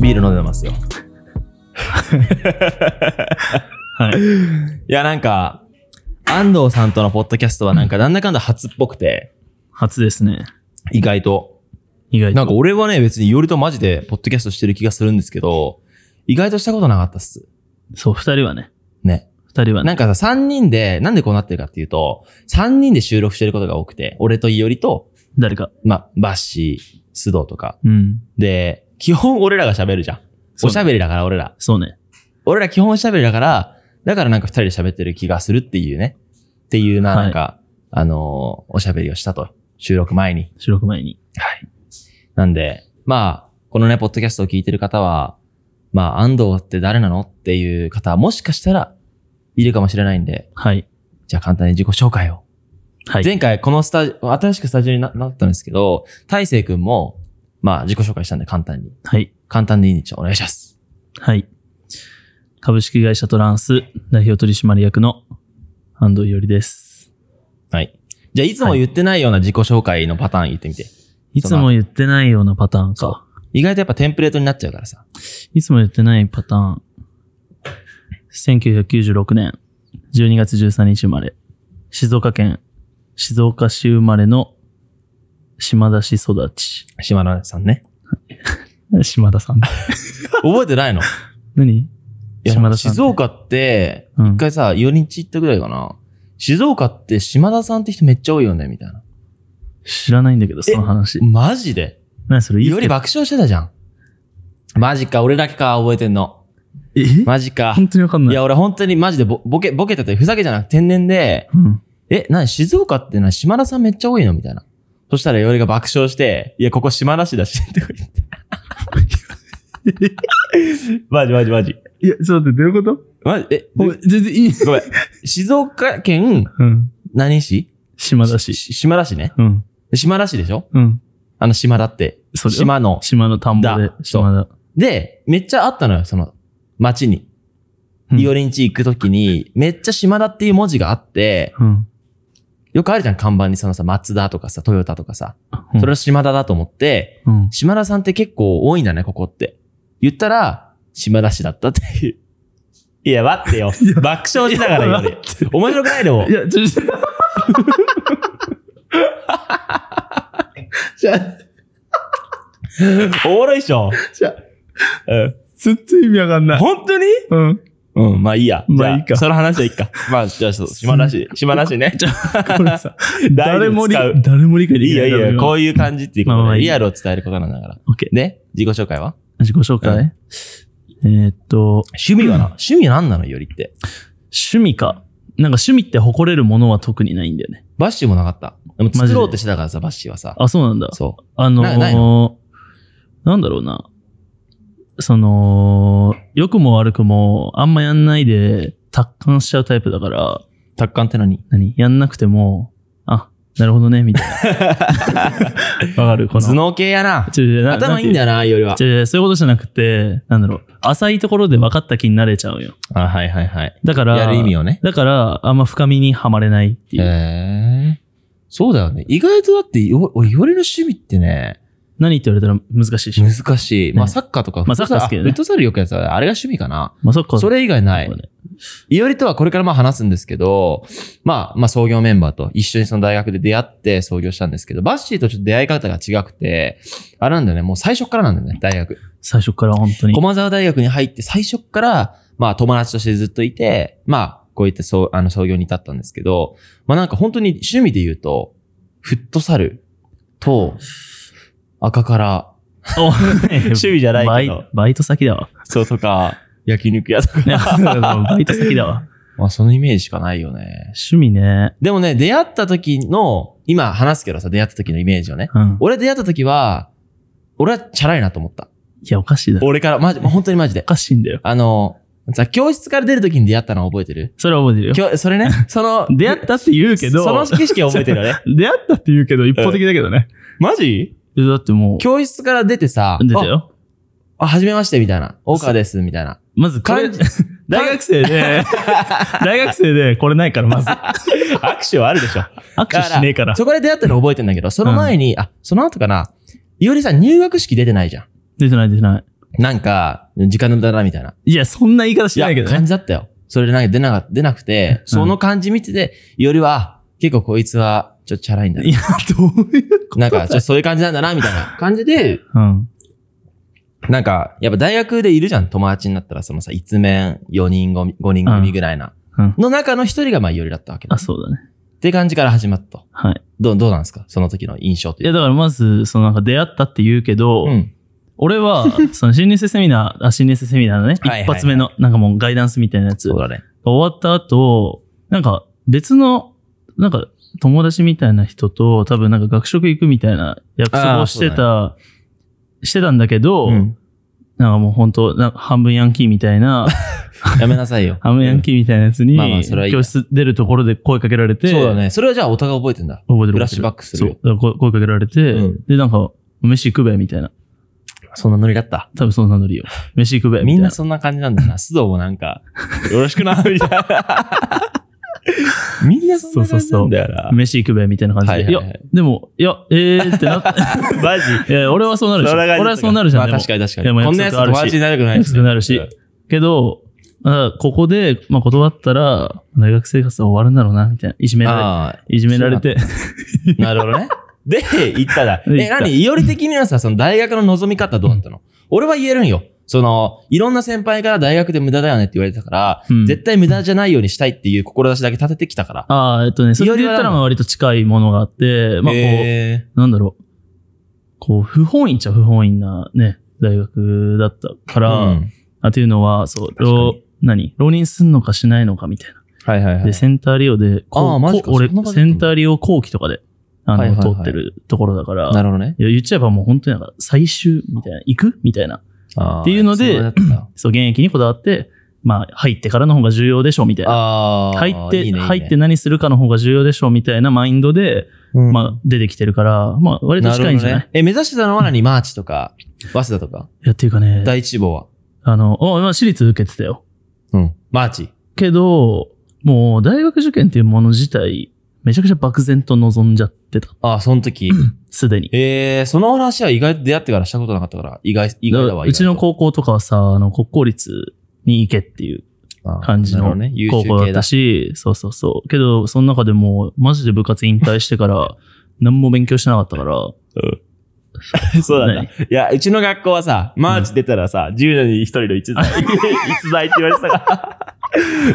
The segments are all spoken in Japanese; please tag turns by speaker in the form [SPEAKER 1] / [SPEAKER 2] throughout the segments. [SPEAKER 1] ビール飲んでますよ。
[SPEAKER 2] はい。
[SPEAKER 1] いや、なんか、安藤さんとのポッドキャストはなんか、なんだかんだ初っぽくて、
[SPEAKER 2] 初ですね。
[SPEAKER 1] 意外と。
[SPEAKER 2] 意外と。
[SPEAKER 1] なんか俺はね、別にいろりとマジでポッドキャストしてる気がするんですけど、意外としたことなかったっす。
[SPEAKER 2] そう、二人はね。
[SPEAKER 1] ね。
[SPEAKER 2] 二人は
[SPEAKER 1] なん
[SPEAKER 2] ね。
[SPEAKER 1] かさ、3人で、なんでこうなってるかっていうと、3人で収録してることが多くて、俺といおりと、
[SPEAKER 2] 誰か。
[SPEAKER 1] まあ、バッシー、須藤とか。
[SPEAKER 2] うん。
[SPEAKER 1] で、基本俺らが喋るじゃん。
[SPEAKER 2] そう
[SPEAKER 1] おしゃべりだから俺ら。
[SPEAKER 2] そうね。
[SPEAKER 1] 俺ら基本おしゃべりだから、だからなんか二人で喋ってる気がするっていうね。っていうな、
[SPEAKER 2] はい
[SPEAKER 1] なんか、あのーおしゃべりをしたと。収録前に。
[SPEAKER 2] 収録前に。
[SPEAKER 1] はい。なんで、まあ、このね、ポッドキャストを聞いてる方は、まあ、安藤って誰なのっていう方はもしかしたらいるかもしれないんで、
[SPEAKER 2] はい。
[SPEAKER 1] じゃあ簡単に自己紹介を。
[SPEAKER 2] はい。
[SPEAKER 1] 前回このスタジオ、新しくスタジオにななったんですけど、大成くんも、まあ、自己紹介したんで簡単に。
[SPEAKER 2] はい。
[SPEAKER 1] 簡単でいいんでしょお願いします。
[SPEAKER 2] はい。株式会社トランス代表取締役の安藤伊織です。
[SPEAKER 1] はい。じゃあ、いつも言ってないような自己紹介のパターン言ってみて。
[SPEAKER 2] いつも言ってないようなパターンか。
[SPEAKER 1] 意外とやっぱテンプレートになっちゃうからさ。
[SPEAKER 2] いつも言ってないパターン。1996年12月13日生まれ。静岡県静岡市生まれの島田市育ち。
[SPEAKER 1] 島田さんね。
[SPEAKER 2] 島田さん。
[SPEAKER 1] 覚えて ないのい
[SPEAKER 2] 何
[SPEAKER 1] や
[SPEAKER 2] 島田さんって
[SPEAKER 1] 静岡って、
[SPEAKER 2] うん
[SPEAKER 1] 一回さ、4日行ったぐらいかな。静岡って島田さんって人めっちゃ多いよね、みたいな。
[SPEAKER 2] 知らないんだけど、その話。
[SPEAKER 1] マジで
[SPEAKER 2] 何それいい
[SPEAKER 1] より爆笑してたじゃん。マジか、俺だけか、覚えてんの。
[SPEAKER 2] え
[SPEAKER 1] マジか。
[SPEAKER 2] 本当にわかんないい。
[SPEAKER 1] や、俺本当にマジでボボケ、ボケてて、ふざけじゃなく天然で、
[SPEAKER 2] うん。
[SPEAKER 1] え、なに、静岡ってな、島田さんめっちゃ多いのみたいな。そしたら、よりが爆笑して、いや、ここ島田市だし、って言っ て。マジマジマジ。
[SPEAKER 2] いや、ちょっと待って、どういうこと
[SPEAKER 1] マジ、え、
[SPEAKER 2] お
[SPEAKER 1] ご
[SPEAKER 2] 前全然いい。
[SPEAKER 1] めん。静岡県、
[SPEAKER 2] うん。
[SPEAKER 1] 何市
[SPEAKER 2] 島田市。
[SPEAKER 1] し島田市ね。
[SPEAKER 2] うん。
[SPEAKER 1] 島田市でしょ
[SPEAKER 2] うん。
[SPEAKER 1] あの、島田って。
[SPEAKER 2] そうだよ
[SPEAKER 1] 島の。
[SPEAKER 2] 島の田んぼで
[SPEAKER 1] だ、
[SPEAKER 2] 島田。
[SPEAKER 1] で、めっちゃあったのよ、その、町に。
[SPEAKER 2] うん
[SPEAKER 1] いおりんち行くときに、めっちゃ島田っていう文字があって、
[SPEAKER 2] うん。
[SPEAKER 1] よくあるじゃん、看板にそのさ、松田とかさ、トヨタとかさ。
[SPEAKER 2] うん
[SPEAKER 1] それは島田だと思って、
[SPEAKER 2] うん。
[SPEAKER 1] 島田さんって結構多いんだね、ここって。言ったら、島田市だったっていう。 いや、待ってよ。爆笑しながら言うね。面白くないでも
[SPEAKER 2] い。や、ちょ、ちょじゃあ、
[SPEAKER 1] おもろいっしょ。
[SPEAKER 2] じゃあ、
[SPEAKER 1] うん。
[SPEAKER 2] ずっと意味わかんない。
[SPEAKER 1] 本当に
[SPEAKER 2] うん。
[SPEAKER 1] うん、まあいいや。
[SPEAKER 2] まあいい
[SPEAKER 1] じゃ
[SPEAKER 2] か
[SPEAKER 1] その話はいいか。まあ、じゃ あ、そう島田市。島田市ね。
[SPEAKER 2] これ さ、
[SPEAKER 1] 大丈
[SPEAKER 2] 誰も
[SPEAKER 1] 夫
[SPEAKER 2] 理、
[SPEAKER 1] 使う
[SPEAKER 2] 誰も理解で
[SPEAKER 1] い
[SPEAKER 2] き
[SPEAKER 1] い
[SPEAKER 2] な
[SPEAKER 1] よ
[SPEAKER 2] い。
[SPEAKER 1] いいよ。こ
[SPEAKER 2] いう
[SPEAKER 1] いう感じっていうこと
[SPEAKER 2] まあまあ
[SPEAKER 1] で、
[SPEAKER 2] いい
[SPEAKER 1] リアルを伝えることなんだから。
[SPEAKER 2] う。オッケー。
[SPEAKER 1] で、自己紹介は
[SPEAKER 2] 自己紹介えーっと、
[SPEAKER 1] 趣味はな、趣味なんなのよりって。
[SPEAKER 2] 趣味か。なんか趣味って誇れるものは特にないんだよね。
[SPEAKER 1] バッシーもなかった。でも
[SPEAKER 2] マジで
[SPEAKER 1] 作ろうとしてたからさ、バッシーはさ。
[SPEAKER 2] あ、そうなんだ。
[SPEAKER 1] そ
[SPEAKER 2] あのー
[SPEAKER 1] なない
[SPEAKER 2] なんだろうな。その、良くも悪くも、あんまやんないで、達観しちゃうタイプだから、
[SPEAKER 1] う。達観って何
[SPEAKER 2] 何やんなくても、あ、なるほどね、みたい な。わかるこの。
[SPEAKER 1] 頭脳系やな。
[SPEAKER 2] ちょちょな
[SPEAKER 1] 頭いいんだ
[SPEAKER 2] よ。
[SPEAKER 1] よな、よりは
[SPEAKER 2] なん。ていうちょちょそういうことじゃなくて、なんだろう。浅いところで分かった気になれちゃうよ。
[SPEAKER 1] あ、はいはいはい。
[SPEAKER 2] だから、
[SPEAKER 1] やる意味をね。
[SPEAKER 2] だから、あんま深みにはまれないって
[SPEAKER 1] へ
[SPEAKER 2] いう。
[SPEAKER 1] えそうだよね。意外とだって、よ俺、よりの趣味ってね、
[SPEAKER 2] 何って言われたら難しいし。
[SPEAKER 1] 難しい。まあ、
[SPEAKER 2] ね
[SPEAKER 1] サッカーとか、
[SPEAKER 2] まあサッカー好きだよね
[SPEAKER 1] フットサルよくやつは、あれが趣味かな。
[SPEAKER 2] まあ、そっか。
[SPEAKER 1] それ以外ない
[SPEAKER 2] そう。だね
[SPEAKER 1] いおりとはこれからまあ話すんですけど、まあ、まあ創業メンバーと一緒にその大学で出会って創業したんですけど、バッシーとちょっと出会い方が違くて、あれなんだよね、もう最初っからなんだよね、大学。
[SPEAKER 2] 最初から本当に。
[SPEAKER 1] 駒沢大学に入って最初っから、まあ友達としてずっといて、まあこういったそうあの創業に至ったんですけど、まあなんか本当に趣味で言うと、フットサルと赤から、
[SPEAKER 2] お
[SPEAKER 1] 趣味じゃないけ
[SPEAKER 2] バイ
[SPEAKER 1] ど、
[SPEAKER 2] バイト先 だわ。
[SPEAKER 1] そうとか、焼肉屋と
[SPEAKER 2] いや
[SPEAKER 1] か。
[SPEAKER 2] バイト先だわ。
[SPEAKER 1] まあそのイメージしかないよね。
[SPEAKER 2] 趣味ね。
[SPEAKER 1] でもね、出会った時の、今話すけどさ、出会った時のイメージをね。
[SPEAKER 2] うん。
[SPEAKER 1] 俺出会った時は、俺はチャラいなと思った。
[SPEAKER 2] いや、おかしいだろ。
[SPEAKER 1] 俺から、マジ、本当にマジで
[SPEAKER 2] お。かしいんだよ。
[SPEAKER 1] あの、さ、教室から出る時に出会ったの覚えてる
[SPEAKER 2] それは覚えてるよ。
[SPEAKER 1] 今日、それ ね、その、
[SPEAKER 2] 出会ったって言うけど、
[SPEAKER 1] その景色は覚えてるよね。
[SPEAKER 2] 出会ったって言うけど、一方的だけどね。
[SPEAKER 1] マジ
[SPEAKER 2] いやだってもう、
[SPEAKER 1] 教室から出てさ、
[SPEAKER 2] 出たよ。
[SPEAKER 1] あ、はじめまして、みたいな。大川です、みたいな。
[SPEAKER 2] まず、これ
[SPEAKER 1] 感じ、
[SPEAKER 2] 大学生 で、大学生でこれないから、まず。
[SPEAKER 1] 握手はあるでしょ。
[SPEAKER 2] 握手しねえか ら。
[SPEAKER 1] そこで出会ったの覚えてんだけど、その前に、あ、その後かな。いおりさん、入学式出てないじゃん。
[SPEAKER 2] 出てない、出てない。
[SPEAKER 1] なんか、時間の無駄だみたいな。
[SPEAKER 2] いや、そんな言い方しないけど
[SPEAKER 1] 感
[SPEAKER 2] ね。
[SPEAKER 1] じだったよ。それでなんか出なか出なくて、その感じ見てて、よりは、結構こいつは、ちょっとチャラいんだ
[SPEAKER 2] い
[SPEAKER 1] な。
[SPEAKER 2] や、どういうこと
[SPEAKER 1] なんか、ちょっとそういう感じなんだな、みたいな感じで、
[SPEAKER 2] うん。
[SPEAKER 1] なんか、やっぱ大学でいるじゃん、友達になったら、そのさ、一面4人5、5人組ぐらいな。
[SPEAKER 2] うん
[SPEAKER 1] の中の一人がまあよりだったわけだ。
[SPEAKER 2] あ、
[SPEAKER 1] っ
[SPEAKER 2] そうだね。
[SPEAKER 1] て感じから始まったと。
[SPEAKER 2] はい。
[SPEAKER 1] どう、どうなんですかその時の印象と
[SPEAKER 2] い
[SPEAKER 1] い
[SPEAKER 2] や、
[SPEAKER 1] うか。
[SPEAKER 2] だからまず、そのなんか出会ったって言うけど、
[SPEAKER 1] うん。
[SPEAKER 2] 俺は、 その新入生セミナー、あ、新入生セミナーのね、
[SPEAKER 1] はいはいはい
[SPEAKER 2] 一発目の、なんかもうガイダンスみたいなやつ
[SPEAKER 1] そうだね。
[SPEAKER 2] 終わった後、なんか別の、なんか友達みたいな人と多分なんか学食行くみたいな約束をしてた、してたんだけど、
[SPEAKER 1] うん。
[SPEAKER 2] なんかもう本当なんか半分ヤンキーみた いな、
[SPEAKER 1] やめなさいよ。
[SPEAKER 2] 半分ヤンキーみたいなやつに
[SPEAKER 1] まあまあそれはいいや
[SPEAKER 2] 教室出るところで声かけられて、
[SPEAKER 1] そうだね。それはじゃあお互い覚えてんだ。
[SPEAKER 2] 覚えてる
[SPEAKER 1] フラッシュバックするよ
[SPEAKER 2] そうだから声声かけられて、
[SPEAKER 1] うん
[SPEAKER 2] でなんか、飯食べみたいな。
[SPEAKER 1] そんなノリだった。
[SPEAKER 2] 多分そんなノリよ。飯食べみ
[SPEAKER 1] みん
[SPEAKER 2] たいな
[SPEAKER 1] な。そんな感じなんだな。須藤もなん か、よろしくな、みたいな。みんなそんな感じなんだよな。
[SPEAKER 2] 飯食べみたいな感じで。
[SPEAKER 1] はいいはいはい
[SPEAKER 2] や、でも、いや、えーって なって、
[SPEAKER 1] マジ。
[SPEAKER 2] いや俺はそうなるでしょ。
[SPEAKER 1] 感じだった
[SPEAKER 2] 俺はそうなるじゃん。
[SPEAKER 1] ま
[SPEAKER 2] で
[SPEAKER 1] あ
[SPEAKER 2] も
[SPEAKER 1] 確かに確かに。
[SPEAKER 2] でも
[SPEAKER 1] こんなやつと友達になりたくない
[SPEAKER 2] 約束になるしけど、あここで、まあ、断ったら、大学生活は終わるんだろうな、みたいな。いじめら
[SPEAKER 1] ああ
[SPEAKER 2] れ、いじめられて。
[SPEAKER 1] ー、なるほどね。で、行ったら。
[SPEAKER 2] 行っ
[SPEAKER 1] え、
[SPEAKER 2] た
[SPEAKER 1] 何いおり的にはさ、その大学の望み方どうだったの俺は言えるんよ。その、いろんな先輩から大学で無駄だよねって言われてたから、
[SPEAKER 2] うん
[SPEAKER 1] 絶対無駄じゃないようにしたいっていう志だけ立ててきたから。
[SPEAKER 2] ああ、えっとね、それで言ったら、まあ割と近いものがあって、まあ、こ
[SPEAKER 1] へ
[SPEAKER 2] う、なんだろう。こう、不本意っちゃ不本意なね、大学だったか
[SPEAKER 1] ー
[SPEAKER 2] ら、
[SPEAKER 1] うん
[SPEAKER 2] あというのは、そう、
[SPEAKER 1] かに
[SPEAKER 2] 浪何浪人すんのかしないのかみたいな。
[SPEAKER 1] はいはいは
[SPEAKER 2] で、センターリオで、こう
[SPEAKER 1] あーマジか
[SPEAKER 2] こう俺
[SPEAKER 1] そんな、感じ
[SPEAKER 2] センターリオ後期とかで、あの、
[SPEAKER 1] はいはいはい
[SPEAKER 2] 通ってるところだから、
[SPEAKER 1] なるほどね。
[SPEAKER 2] いや言っちゃえばもう本当になんか最終みたいな、行くみたいな。
[SPEAKER 1] っ
[SPEAKER 2] っていうので
[SPEAKER 1] あ
[SPEAKER 2] そう、現役にこだわって、まあ、入ってからの方が重要でしょ、みたいな。
[SPEAKER 1] あー。
[SPEAKER 2] 入って
[SPEAKER 1] いいね
[SPEAKER 2] 入って、何するかの方が重要でしょ、みたいなマインドで、まあ、出てきてるから、まあ、割と
[SPEAKER 1] なる
[SPEAKER 2] 近
[SPEAKER 1] ほ
[SPEAKER 2] いん
[SPEAKER 1] ど
[SPEAKER 2] じゃない
[SPEAKER 1] ね。え、目指してたのは何マーチとか、早稲田とか、
[SPEAKER 2] いや、っていうかね、
[SPEAKER 1] 第一志望は。
[SPEAKER 2] あの、おまあ、私立受けてたよ。
[SPEAKER 1] うん。マーチ。
[SPEAKER 2] けど、もう、大学受験っていうもの自体、めちゃくちゃ漠然と望んじゃってた。
[SPEAKER 1] ああ、その 時。
[SPEAKER 2] すでに。
[SPEAKER 1] えー、その話は意外と出会ってからしたことなかったから、意外、意外だわ。
[SPEAKER 2] うちの
[SPEAKER 1] 子
[SPEAKER 2] 高校とかはさ、あの、国公立に行けっていう感じの
[SPEAKER 1] ね、優
[SPEAKER 2] 高
[SPEAKER 1] 秀
[SPEAKER 2] 校だっ
[SPEAKER 1] 系だ
[SPEAKER 2] た。し、そうそうそう。けど、その中でも、マジで部活引退してから、 何も勉強してなかったから、
[SPEAKER 1] そうだった。
[SPEAKER 2] 何
[SPEAKER 1] いや、うちの学校はさ、マーチ出たらさ、10年に一人の一材、一材って言われてたから。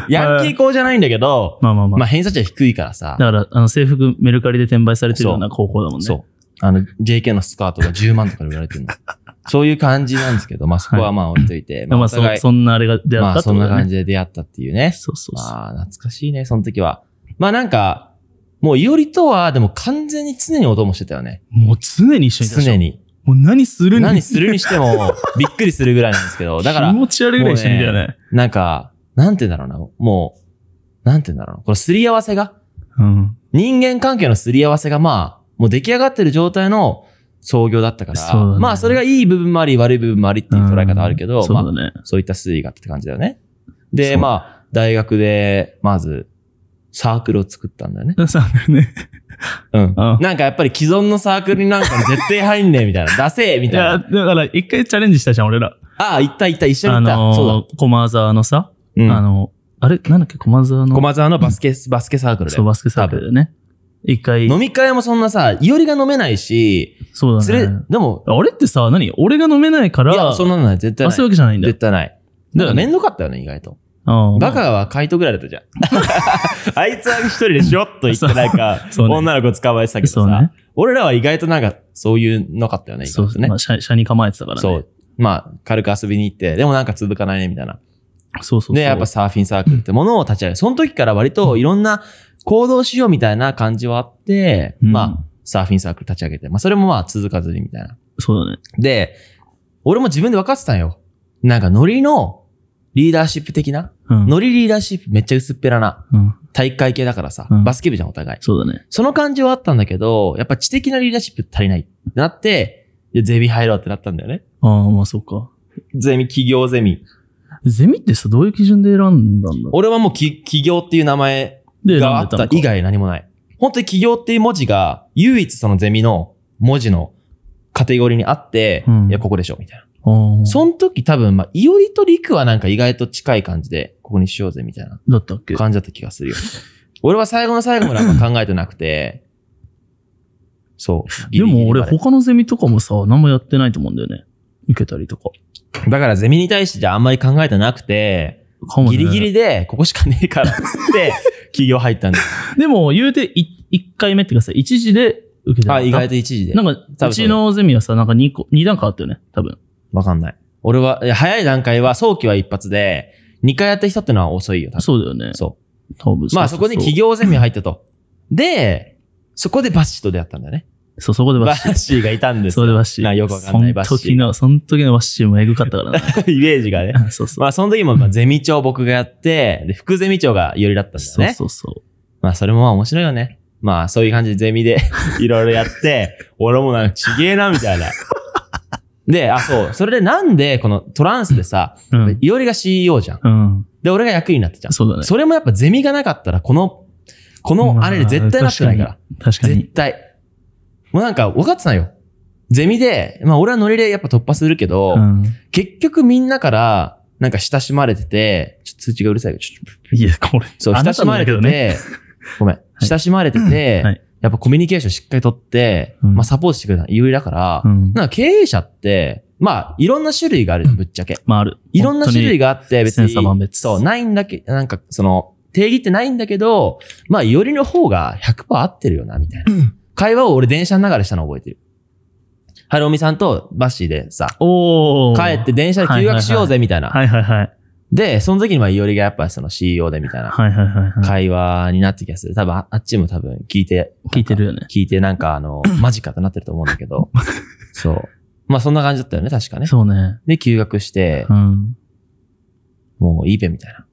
[SPEAKER 1] ヤンキー校じゃないんだけど、
[SPEAKER 2] まあまあまあ。
[SPEAKER 1] まあ偏差値は低いからさ
[SPEAKER 2] だ、から、あの、制服メルカリで転売されてるような高校だもんね。
[SPEAKER 1] そう。あの、JK のスカートが10万とかで売られて るの。そういう感じなんですけど、まあそこはまあ置いといて、
[SPEAKER 2] まあ、
[SPEAKER 1] お
[SPEAKER 2] そ
[SPEAKER 1] 互い
[SPEAKER 2] そんなあれが出会
[SPEAKER 1] まあ
[SPEAKER 2] ったって
[SPEAKER 1] そ
[SPEAKER 2] こ
[SPEAKER 1] ん
[SPEAKER 2] と
[SPEAKER 1] な
[SPEAKER 2] だ
[SPEAKER 1] 感
[SPEAKER 2] ね。
[SPEAKER 1] じで出会ったっていうね。
[SPEAKER 2] そうそうそう。
[SPEAKER 1] まあ懐かしいね、その時は。まあなんか、もういおりとは、でも完全に常にお供してたよね。
[SPEAKER 2] もう常に一緒にいたでしょ
[SPEAKER 1] 常に。
[SPEAKER 2] もう何するに
[SPEAKER 1] 何するにして も、びっくりするぐらいなんですけど、だから
[SPEAKER 2] 気、持ち悪いぐらい一緒にいたよね。
[SPEAKER 1] なんか、なんて言うんだろうな、もう、なんて言うんだろうな、このすり合わせが、
[SPEAKER 2] うん。
[SPEAKER 1] 人間関係のすり合わせがまあ、もう出来上がってる状態の創業だったから、
[SPEAKER 2] そうだね
[SPEAKER 1] まあそれがいい部分もあり悪い部分もありっていう捉え方あるけど、
[SPEAKER 2] うんそう
[SPEAKER 1] まあ
[SPEAKER 2] だね。
[SPEAKER 1] そういった推移があったって感じだよね。
[SPEAKER 2] そ
[SPEAKER 1] で、
[SPEAKER 2] う
[SPEAKER 1] まあ、大学で、まず、サークルを作ったんだよね。
[SPEAKER 2] サークルね。
[SPEAKER 1] うん。
[SPEAKER 2] あ
[SPEAKER 1] なんかやっぱり既存のサークルになんか 絶対入んねえみたいな。ダセえみ
[SPEAKER 2] い
[SPEAKER 1] たい
[SPEAKER 2] や、
[SPEAKER 1] な。
[SPEAKER 2] だから一回チャレンジしたじゃん、俺ら。
[SPEAKER 1] ああ、行った行った、一緒に行
[SPEAKER 2] あ
[SPEAKER 1] った。そう
[SPEAKER 2] のー、駒沢のさ、
[SPEAKER 1] だ。うん。
[SPEAKER 2] あの、あれなんだっけ、駒沢の。
[SPEAKER 1] 駒沢のバスケ、バスケサークルで
[SPEAKER 2] そう、。バスケサークルでね。一回、
[SPEAKER 1] 飲み会もそんなさ、いおりが飲めないし、
[SPEAKER 2] そうだ
[SPEAKER 1] 連れ
[SPEAKER 2] ね。、
[SPEAKER 1] でも、
[SPEAKER 2] あれってさ、何俺が飲めないか
[SPEAKER 1] い
[SPEAKER 2] ら、
[SPEAKER 1] や、そんなのない。絶対
[SPEAKER 2] あ、
[SPEAKER 1] ない
[SPEAKER 2] そういう。わけじゃないんだよ
[SPEAKER 1] 絶。対ない。な
[SPEAKER 2] だ
[SPEAKER 1] ん
[SPEAKER 2] よ
[SPEAKER 1] か
[SPEAKER 2] ね
[SPEAKER 1] めんどかったよね、意外と。
[SPEAKER 2] ああ
[SPEAKER 1] バカはカイトぐらいだった じゃん。あいつは一人でしょっと言ってなんか、
[SPEAKER 2] そうね
[SPEAKER 1] 女の子捕まえてたけど
[SPEAKER 2] そう
[SPEAKER 1] さ
[SPEAKER 2] ね。
[SPEAKER 1] 俺らは意外となんか、そういうのかったよね、意
[SPEAKER 2] そう
[SPEAKER 1] 外とね
[SPEAKER 2] ま。あ、車車に構えてたからね。
[SPEAKER 1] そう。まあ、軽く遊びに行って、でもなんか続かないね、みたいな。
[SPEAKER 2] そうそうそう。
[SPEAKER 1] で、やっぱサーフィンサークルってものを立ち上げる。その時から割といろんな行動しようみたいな感じはあって、
[SPEAKER 2] うん
[SPEAKER 1] まあ、サーフィンサークル立ち上げて、まあ、それもまあ続かずにみたいな。
[SPEAKER 2] そうだね。
[SPEAKER 1] で、俺も自分で分かってたんよ。なんかノリのリーダーシップ的な
[SPEAKER 2] うん。
[SPEAKER 1] ノリリーダーシップめっちゃ薄っぺらな。
[SPEAKER 2] うん。
[SPEAKER 1] 体育会系だからさ、
[SPEAKER 2] うん
[SPEAKER 1] バスケ部じゃん、お互い。
[SPEAKER 2] そうだね。
[SPEAKER 1] その感じはあったんだけど、やっぱ知的なリーダーシップ足りないってなって、いやゼミ入ろうってなったんだよね。
[SPEAKER 2] ああ、まあそうか。
[SPEAKER 1] ゼミ、企業ゼミ。
[SPEAKER 2] ゼミってさ、どういう基準で選んだんだ
[SPEAKER 1] 俺はもうき企業っていう名前
[SPEAKER 2] で、
[SPEAKER 1] があっ
[SPEAKER 2] 選んでた
[SPEAKER 1] た
[SPEAKER 2] のか
[SPEAKER 1] 以。外何もない。本当に企業っていう文字が、唯一そのゼミの文字のカテゴリーにあって、
[SPEAKER 2] うん
[SPEAKER 1] いや、ここでしょ、みたいな。
[SPEAKER 2] ああ。
[SPEAKER 1] その時多分、まあ、いおりとりくはなんか意外と近い感じで、ここにしようぜみたいな
[SPEAKER 2] だったっけ
[SPEAKER 1] 感じだった気がす るよ。俺は最後の最後まであんま考えてなくて、そう。ギ
[SPEAKER 2] で
[SPEAKER 1] リギリ
[SPEAKER 2] も俺
[SPEAKER 1] まで
[SPEAKER 2] 他のゼミとかもさ、何もやってないと思うんだよね。受けたりとか。
[SPEAKER 1] だからゼミに対してじゃああんまり考えてなくて、
[SPEAKER 2] かもね
[SPEAKER 1] ギリギ。リで、ここしかねえから、つ って、企業入ったんです。
[SPEAKER 2] でも言うてい1回目っていうかさ、1時で受けてな
[SPEAKER 1] あ、
[SPEAKER 2] かった
[SPEAKER 1] 意外と一時で。
[SPEAKER 2] なんか、
[SPEAKER 1] 多
[SPEAKER 2] う
[SPEAKER 1] 分そうだ
[SPEAKER 2] ちのゼミはさ、なんか2個、2段階あったよね、多分。
[SPEAKER 1] わかんない。俺は、いや早い段階は、早期は一発で、2回やった人ってのは遅いよ、多分。
[SPEAKER 2] そうだよね。
[SPEAKER 1] そ
[SPEAKER 2] 多分。
[SPEAKER 1] う。まあそこに
[SPEAKER 2] に
[SPEAKER 1] 企業ゼミ入ったと。で、そこでバッシーと出会ったんだよね。
[SPEAKER 2] そう、そこで
[SPEAKER 1] バ
[SPEAKER 2] バッシ
[SPEAKER 1] ッシーがいたんで
[SPEAKER 2] ー。
[SPEAKER 1] す
[SPEAKER 2] そこでバッシー。
[SPEAKER 1] なよくわかんないバッシー
[SPEAKER 2] その時の、その時のバッシーもエグかったから
[SPEAKER 1] イメージが ね。
[SPEAKER 2] な。 そうそう。
[SPEAKER 1] まあその時もまあゼミ長僕がやって、で、副ゼミ長がよりだったんだよ
[SPEAKER 2] そう
[SPEAKER 1] ね。
[SPEAKER 2] そうそう。
[SPEAKER 1] まあそれもまあ面白いよね。まあそういう感じでゼミで いろいろやって、俺もなんかちげえなみたいな。で、あ、そう。それでなんでこのトランスでさ、
[SPEAKER 2] うん。
[SPEAKER 1] いおりが CEO じゃん。
[SPEAKER 2] うん。
[SPEAKER 1] で、俺が役員になってじゃん。
[SPEAKER 2] そうだね。
[SPEAKER 1] それもやっぱゼミがなかったら、この、こ
[SPEAKER 2] ま
[SPEAKER 1] の
[SPEAKER 2] あ
[SPEAKER 1] あれで絶対なってないから。
[SPEAKER 2] 確か
[SPEAKER 1] 絶
[SPEAKER 2] に。
[SPEAKER 1] 対。もうなんか分かってたのよ。ゼミで、まあ俺はノリでやっぱ突破するけど、
[SPEAKER 2] うん。
[SPEAKER 1] 結局みんなから、なんか親しまれてて、ちょっと通知がうるさいけど、ちょっと
[SPEAKER 2] いや、これ、
[SPEAKER 1] そう、
[SPEAKER 2] あ
[SPEAKER 1] 親
[SPEAKER 2] な
[SPEAKER 1] したま
[SPEAKER 2] の
[SPEAKER 1] れ
[SPEAKER 2] だ
[SPEAKER 1] て
[SPEAKER 2] けど
[SPEAKER 1] て、
[SPEAKER 2] ね。
[SPEAKER 1] ごめん、
[SPEAKER 2] い
[SPEAKER 1] 親しまれてて、
[SPEAKER 2] はい
[SPEAKER 1] やっぱコミュニケーションしっかりとって、
[SPEAKER 2] うん
[SPEAKER 1] まあサポートしてくれたの有利だから、
[SPEAKER 2] うん。
[SPEAKER 1] なんか経営者って、まあいろんな種類があるじゃんぶっちゃけ。
[SPEAKER 2] まあ、ある。
[SPEAKER 1] いろんな種類があって、別に
[SPEAKER 2] 千差万別。
[SPEAKER 1] そう、ないんだけ、なんかその、定義ってないんだけど、まあ、よりの方が100%合ってるよな、みたいな。会話を俺電車の中でしたの覚えてる。はるおみさんとバッシーでさ、
[SPEAKER 2] おー。
[SPEAKER 1] 帰って。電車で休学しようぜ、みたいな。
[SPEAKER 2] はいはいはい。
[SPEAKER 1] で、その時にまあ、いおりがやっぱその CEO でみたいな
[SPEAKER 2] はいはいはいはい。
[SPEAKER 1] 会話になってきがする。多分、ああっちも多分聞いて、
[SPEAKER 2] 聞いてるよね。
[SPEAKER 1] 聞いてなんかあ の、マジかってなってると思うんだけど、そう。まあ、そんな感じだったよね、確かね。
[SPEAKER 2] そうね。
[SPEAKER 1] で、休学して
[SPEAKER 2] う、ん。
[SPEAKER 1] もういいべ、みたいな。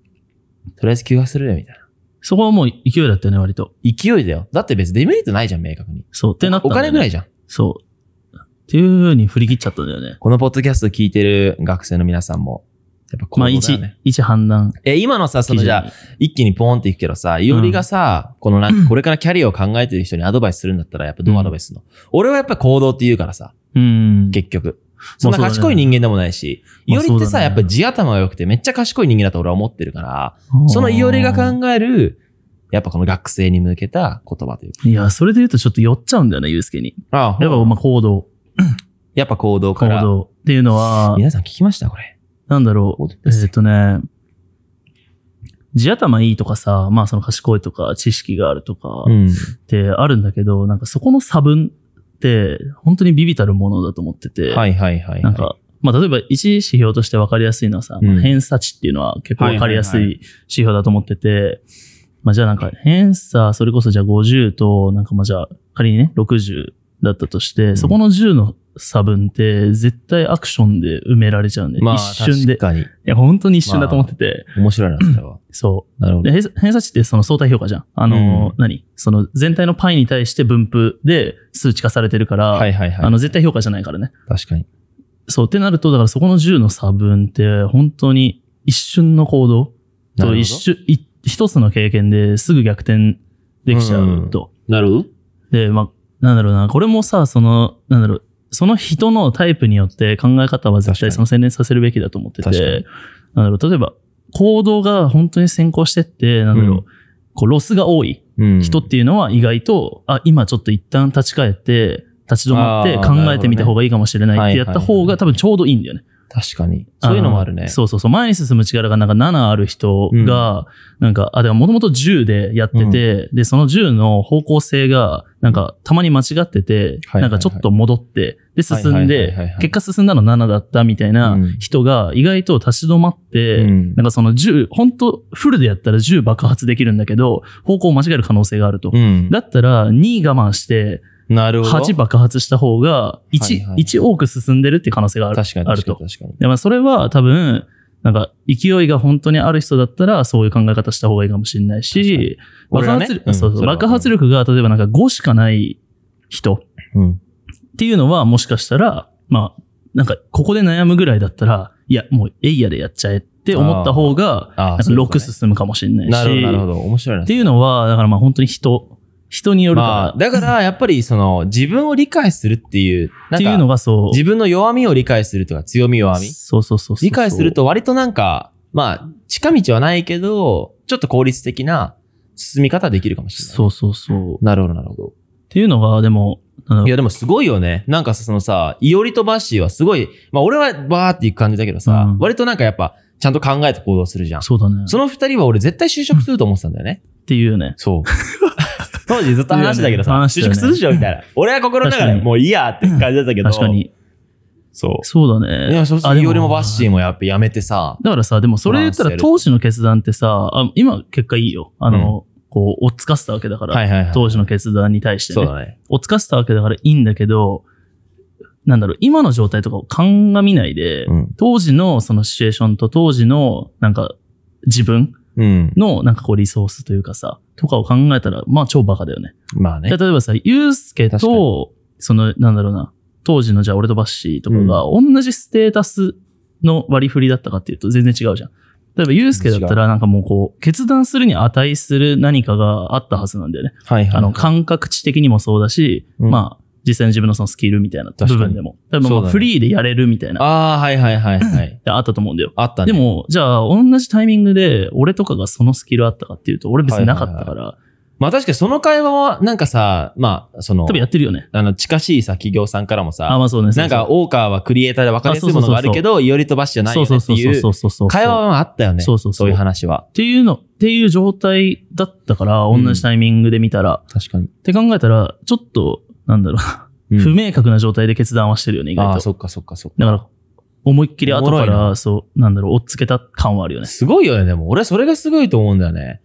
[SPEAKER 1] とりあえず休学するべ、みたいな。
[SPEAKER 2] そこはもう勢いだったよね、割と。
[SPEAKER 1] 勢いだよ。だって別にデメリットないじゃん、明確に。
[SPEAKER 2] そう。ってなった
[SPEAKER 1] お
[SPEAKER 2] んだよね
[SPEAKER 1] 金ぐらいじゃん。
[SPEAKER 2] そう。っていう風に振り切っちゃったんだよね。
[SPEAKER 1] このポッドキャスト聞いてる学生の皆さんも、やっぱこ
[SPEAKER 2] まあ、
[SPEAKER 1] う
[SPEAKER 2] 一
[SPEAKER 1] だ、ね。
[SPEAKER 2] 一判断。
[SPEAKER 1] え、今のさ、そのじゃあ、一気にポーンっていくけどさ、いおりがさ、このなこれからキャリアを考えてる人にアドバイスするんだったら、やっぱどうアドバイスするの、俺はやっぱ行動って言うからさ、
[SPEAKER 2] うん。
[SPEAKER 1] 結局。そんな
[SPEAKER 2] まあそうだね
[SPEAKER 1] 賢い人間でもないし、
[SPEAKER 2] ま
[SPEAKER 1] い
[SPEAKER 2] あ
[SPEAKER 1] おりって
[SPEAKER 2] そうだ
[SPEAKER 1] さ、
[SPEAKER 2] ね
[SPEAKER 1] やっぱ地頭が良くてめっちゃ賢い人間だと俺は思ってるから、そのいおりが考える、やっぱこの学生に向けた言葉というか。
[SPEAKER 2] いや、それで言うとちょっと寄っちゃうんだよね、ゆうすけに。
[SPEAKER 1] あ
[SPEAKER 2] やっぱ、まあ、行動、
[SPEAKER 1] やっぱ行動か
[SPEAKER 2] 行
[SPEAKER 1] ら。
[SPEAKER 2] 動っていうのは、
[SPEAKER 1] 皆さん聞きましたこれ。
[SPEAKER 2] なんだろう。え
[SPEAKER 1] です
[SPEAKER 2] ーっとね、地頭いいとかさ、まあその賢いとか知識があるとか
[SPEAKER 1] うん。
[SPEAKER 2] ってあるんだけど、なんかそこの差分って本当にビビたるものだと思ってて、
[SPEAKER 1] はいはいはいはい。
[SPEAKER 2] なんか、まあ例えば一指標として分かりやすいのはさ、
[SPEAKER 1] うん
[SPEAKER 2] 偏差値っていうのは結構分かりやす
[SPEAKER 1] はい
[SPEAKER 2] い
[SPEAKER 1] は
[SPEAKER 2] 指標だと思ってて、まあじゃあなんか偏差、それこそじゃあ50と、なんかまあじゃあ仮にね、60だったとして、
[SPEAKER 1] ん
[SPEAKER 2] そこの10の差分って絶対アクションで埋められちゃうんで、
[SPEAKER 1] まあ、
[SPEAKER 2] 一瞬で
[SPEAKER 1] 確。かに。
[SPEAKER 2] いや、本当に一瞬だと思ってて、
[SPEAKER 1] 面白いな、それは。
[SPEAKER 2] そ
[SPEAKER 1] なるほ
[SPEAKER 2] う。で、
[SPEAKER 1] ど。
[SPEAKER 2] 偏差偏差値ってその相対評価じゃん。あのー、
[SPEAKER 1] うん
[SPEAKER 2] 何その全体のパイに対して分布で数値化されてるから、
[SPEAKER 1] はいはい
[SPEAKER 2] あ
[SPEAKER 1] はい。
[SPEAKER 2] の、絶対評価じゃないからね。
[SPEAKER 1] 確かに。
[SPEAKER 2] そう、ってなると、だからそこの10の差分って、本当に一瞬の行動
[SPEAKER 1] なるほ
[SPEAKER 2] と
[SPEAKER 1] ど
[SPEAKER 2] 一瞬、い一つの経験ですぐ逆転できちゃうと。
[SPEAKER 1] なるほど。
[SPEAKER 2] で、まあ、なんだろうな、これもさ、その、なんだろう、その人のタイプによって考え方は絶対
[SPEAKER 1] 確かに
[SPEAKER 2] その洗練させるべきだと思ってて
[SPEAKER 1] 確かに、
[SPEAKER 2] なんだろう、例えば、行動が本当に先行してって、なんだろう、
[SPEAKER 1] うん
[SPEAKER 2] こう、ロスが多い
[SPEAKER 1] うん。
[SPEAKER 2] 人っていうのは意外と、あ、今ちょっと一旦立ち返って、立ち止まって
[SPEAKER 1] あー
[SPEAKER 2] 考えてみた方がいいかもしれないってやった方
[SPEAKER 1] はいはいは
[SPEAKER 2] が
[SPEAKER 1] い
[SPEAKER 2] 多分ちょうどいいんだよね。
[SPEAKER 1] 確かに。そういうのもある
[SPEAKER 2] あ
[SPEAKER 1] ね。
[SPEAKER 2] のそうそうそう。前に進む力がなんか7ある人が、なんか、あ、でももともと10でやってて、で、その10の方向性が、なんか、たまに間違ってて、
[SPEAKER 1] はいはいはい
[SPEAKER 2] なんかちょっと戻って、で、進ん
[SPEAKER 1] はいはい
[SPEAKER 2] で
[SPEAKER 1] はいはい、
[SPEAKER 2] 結果進んだの7だったみたいな
[SPEAKER 1] うん
[SPEAKER 2] 人が、意外と立ち止まって、
[SPEAKER 1] うん
[SPEAKER 2] なんかその10、本当フルでやったら10爆発できるんだけど、方向を間違える可能性があると。
[SPEAKER 1] うん。
[SPEAKER 2] だったら、2我慢して、
[SPEAKER 1] なるほど。
[SPEAKER 2] 8爆発した方が1、
[SPEAKER 1] はいはいはい
[SPEAKER 2] 1多く進んでるって可能性がある
[SPEAKER 1] 確かに。
[SPEAKER 2] あると
[SPEAKER 1] 確かに確かに。
[SPEAKER 2] でまあ、それは多分、なんか、勢いが本当にある人だったら、そういう考え方した方がいいかもしれないし、
[SPEAKER 1] 確
[SPEAKER 2] 爆
[SPEAKER 1] かに
[SPEAKER 2] 発
[SPEAKER 1] 俺はねうん
[SPEAKER 2] 力、そうそう
[SPEAKER 1] それは
[SPEAKER 2] 爆発力が、例えばなんか5しかない人っ
[SPEAKER 1] うん。
[SPEAKER 2] ていうのは、もしかしたら、まあ、なんか、ここで悩むぐらいだったら、いや、もう、えいやでやっちゃえって思った方が、
[SPEAKER 1] あ
[SPEAKER 2] なん
[SPEAKER 1] あ、
[SPEAKER 2] か
[SPEAKER 1] そういうこと
[SPEAKER 2] 6
[SPEAKER 1] ね
[SPEAKER 2] 進むかもしれないし、
[SPEAKER 1] なるほど、なるほ
[SPEAKER 2] っ
[SPEAKER 1] ど。面白いな
[SPEAKER 2] て。いうのは、だからまあ本当に人、人によるから、
[SPEAKER 1] まあ、だから、やっぱり、その、自分を理解するっていう、なん
[SPEAKER 2] って
[SPEAKER 1] か
[SPEAKER 2] いうのがそう。
[SPEAKER 1] 自分の弱みを理解するとか、強み弱み。
[SPEAKER 2] そうそうそうそう。
[SPEAKER 1] 理解すると割となんか、まあ、近道はないけど、ちょっと効率的な進み方できるかもしれない。
[SPEAKER 2] そうそうそう。っ
[SPEAKER 1] なるほど、なるほど。
[SPEAKER 2] ていうのが、でも、
[SPEAKER 1] い
[SPEAKER 2] なんだろ
[SPEAKER 1] や、でもすごいよね。なんかさ、そのさ、いおりとバッシーはすごい、まあ俺はバーっていく感じだけどさ、
[SPEAKER 2] うん
[SPEAKER 1] 割となんかやっぱ、ちゃんと考えて行動するじゃん
[SPEAKER 2] う。。そうだね。
[SPEAKER 1] その二人は俺絶対就職すると思ってたんだよね。
[SPEAKER 2] っていうよね。
[SPEAKER 1] そう。当時ずっと話してたけどさ、
[SPEAKER 2] いやね話して
[SPEAKER 1] 就
[SPEAKER 2] たよ
[SPEAKER 1] 職
[SPEAKER 2] ね
[SPEAKER 1] するでしょみたい な。俺は心の中
[SPEAKER 2] 確か
[SPEAKER 1] で
[SPEAKER 2] に
[SPEAKER 1] もういいやって感じだったけど。
[SPEAKER 2] 確か。に。
[SPEAKER 1] そ
[SPEAKER 2] そうだ
[SPEAKER 1] う。
[SPEAKER 2] ね。
[SPEAKER 1] いや、そうそう。
[SPEAKER 2] あ
[SPEAKER 1] いおりもバッシー
[SPEAKER 2] も。
[SPEAKER 1] もやっぱやめてさ。
[SPEAKER 2] だからさ、でもそれで言っ
[SPEAKER 1] ト
[SPEAKER 2] た
[SPEAKER 1] ラ
[SPEAKER 2] ら
[SPEAKER 1] ンスやる
[SPEAKER 2] 当時の決断ってさ、あ今結果いいよ。あの、こう、追っつかせたわけだから、
[SPEAKER 1] はいはいはい。
[SPEAKER 2] 当時の決断に対して
[SPEAKER 1] そう
[SPEAKER 2] ね。
[SPEAKER 1] だね。
[SPEAKER 2] 追っつかせたわけだからいいんだけど、なんだろう、今の状態とかを鑑みないで、
[SPEAKER 1] うん。
[SPEAKER 2] 当時のそのシチュエーションと当時のなんか自分
[SPEAKER 1] うん。
[SPEAKER 2] のなんかこうリソースというかさ、とかを考えたら、まあ超バカだよね。
[SPEAKER 1] まあね
[SPEAKER 2] で。例えばさ、ゆうすけ
[SPEAKER 1] 確か
[SPEAKER 2] と、その、なんだろうな、当時のじゃあ俺とバッシーとかが、同じステータスの割り振りだったかっていうと全然違うじゃん。例えばゆうすけだったらなんかもうこう、決断するに値する何かがあったはずなんだよね。
[SPEAKER 1] はいはい。
[SPEAKER 2] あの、感覚値的にもそうだし、
[SPEAKER 1] うん
[SPEAKER 2] まあ、実際の自分のそのスキルみたいな部分でも。多分
[SPEAKER 1] そ
[SPEAKER 2] ま
[SPEAKER 1] うだ
[SPEAKER 2] あ
[SPEAKER 1] ね
[SPEAKER 2] フリーでやれるみたいな、
[SPEAKER 1] ああ、はいはいはいはい。
[SPEAKER 2] あったと思うんだよ。
[SPEAKER 1] あったね。
[SPEAKER 2] で、も、じゃあ、同じタイミングで、俺とかがそのスキルあったかっていうと、俺別になかった
[SPEAKER 1] は
[SPEAKER 2] か
[SPEAKER 1] い
[SPEAKER 2] ら、
[SPEAKER 1] まあ確かにその会話は、なんかさ、まあ、その
[SPEAKER 2] 多、分やってるよね。
[SPEAKER 1] あの、近しいさ、企業さんからも
[SPEAKER 2] あ、
[SPEAKER 1] さ、
[SPEAKER 2] まあそうね。
[SPEAKER 1] なんか、
[SPEAKER 2] そう
[SPEAKER 1] 大川はクリエイターで分かりやすいものがあるけど、いおりとばしじゃない
[SPEAKER 2] そ
[SPEAKER 1] よ
[SPEAKER 2] う、
[SPEAKER 1] ねってい
[SPEAKER 2] そううそうそうそうそう。
[SPEAKER 1] 会話はあったよね。
[SPEAKER 2] そうそうそ
[SPEAKER 1] そ
[SPEAKER 2] う
[SPEAKER 1] ういう話は。
[SPEAKER 2] っていうの、っていう状態だったから、
[SPEAKER 1] うん
[SPEAKER 2] 同じタイミングで見たら、
[SPEAKER 1] 確かに。
[SPEAKER 2] って考えたら、ちょっと、なんだろう、
[SPEAKER 1] うん
[SPEAKER 2] 不明確な状態で決断はしてるよね、意
[SPEAKER 1] あ
[SPEAKER 2] 外
[SPEAKER 1] あ、
[SPEAKER 2] と。
[SPEAKER 1] そっかそっかそっか。
[SPEAKER 2] だから、思いっきり後
[SPEAKER 1] おもろ
[SPEAKER 2] か
[SPEAKER 1] いな
[SPEAKER 2] ら、そう、なんだろう、追っつけた感はあるよね。
[SPEAKER 1] すごいよね、でも。俺はそれがすごいと思うんだよね。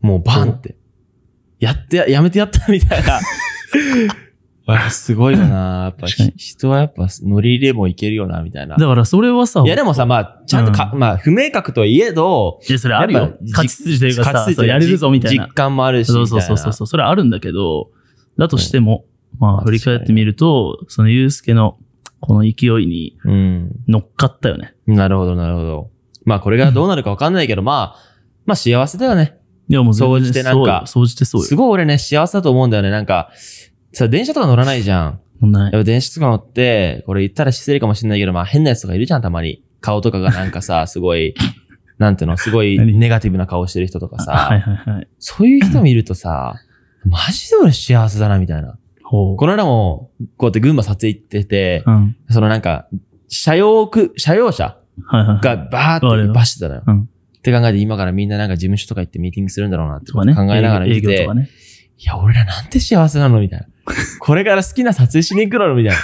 [SPEAKER 1] もうバンって。やって、やめてやったみたい な。わあすごいよな。やっぱ
[SPEAKER 2] 確かに
[SPEAKER 1] ひ人はやっぱ乗り入れもいけるよな、みたいな。
[SPEAKER 2] だから、それはさ、
[SPEAKER 1] いやでもさ、まあ、ちゃんとか、まあ、不明確とはいえど、
[SPEAKER 2] いやそれある
[SPEAKER 1] やっ
[SPEAKER 2] よ
[SPEAKER 1] ぱ。
[SPEAKER 2] 勝ち筋というか
[SPEAKER 1] 勝ち、
[SPEAKER 2] さ
[SPEAKER 1] 筋と
[SPEAKER 2] そう
[SPEAKER 1] いう
[SPEAKER 2] や
[SPEAKER 1] か
[SPEAKER 2] れるぞみたいな
[SPEAKER 1] 実。感もあるし、
[SPEAKER 2] そうそうそうそう
[SPEAKER 1] みたいな
[SPEAKER 2] そう、それはあるんだけど、だとしても、ま
[SPEAKER 1] ま
[SPEAKER 2] あ、
[SPEAKER 1] あ
[SPEAKER 2] 振り返ってみると、その、ゆうすけの、この勢いに
[SPEAKER 1] うん。
[SPEAKER 2] 乗っかったよね。
[SPEAKER 1] なるほど、なるほど。まあ、これがどうなるかわかんないけど、まあ、まあ、幸せだよね。
[SPEAKER 2] いや、もう全然
[SPEAKER 1] 総じてなんか
[SPEAKER 2] そうよ総じてそうよ
[SPEAKER 1] す。ごい俺ね、幸せだと思うんだよね。なんか、さ、電車とか乗らないじゃん。
[SPEAKER 2] もうない
[SPEAKER 1] やっぱ電車とか乗って、これ言ったら失礼かもしれないけど、まあ、変なやつとかいるじゃん、たまに。顔とかがなんか さ、すごい、なんていうの、すごい
[SPEAKER 2] 何
[SPEAKER 1] ネガティブな顔してる人とか
[SPEAKER 2] あ はい
[SPEAKER 1] さ、
[SPEAKER 2] はいはい。
[SPEAKER 1] そういう人見るとさ、マジで俺幸せだな、みたいな。
[SPEAKER 2] ほう。
[SPEAKER 1] この間も、こうやって群馬撮影行ってて、
[SPEAKER 2] うん。
[SPEAKER 1] そのなんか、車用く、車用車
[SPEAKER 2] はいはいはい。
[SPEAKER 1] がバーってバしてたのよ。
[SPEAKER 2] うん
[SPEAKER 1] って考えて、今からみんななんか事務所とか行ってミーティングするんだろうなって
[SPEAKER 2] と
[SPEAKER 1] 考
[SPEAKER 2] か
[SPEAKER 1] え
[SPEAKER 2] ね。
[SPEAKER 1] ながら見て
[SPEAKER 2] 営業営業
[SPEAKER 1] て、
[SPEAKER 2] とかね。
[SPEAKER 1] いや、俺らなんて幸せなのみ たいな。これから好きな撮影しに行くのみたいな。っ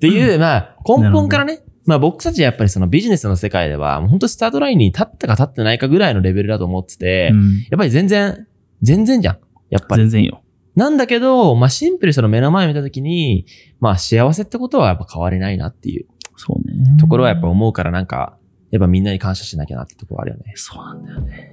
[SPEAKER 1] ていう、まあ、根本からね、まあ僕たちはやっぱりそのビジネスの世界では、もう本当スタートラインに立ったか立ってないかぐらいのレベルだと思ってて、
[SPEAKER 2] うん
[SPEAKER 1] やっぱり全然、全然じゃん。やっぱり。
[SPEAKER 2] 全然よ。
[SPEAKER 1] なんだけど、まあシンプルにその目の前を見たときに、まあ幸せってことはやっぱ変わりないなっていう
[SPEAKER 2] そうね。
[SPEAKER 1] ところはやっぱ思うからなんか、やっぱみんなに感謝しなきゃなってところはあるよね。
[SPEAKER 2] そうなんだよね。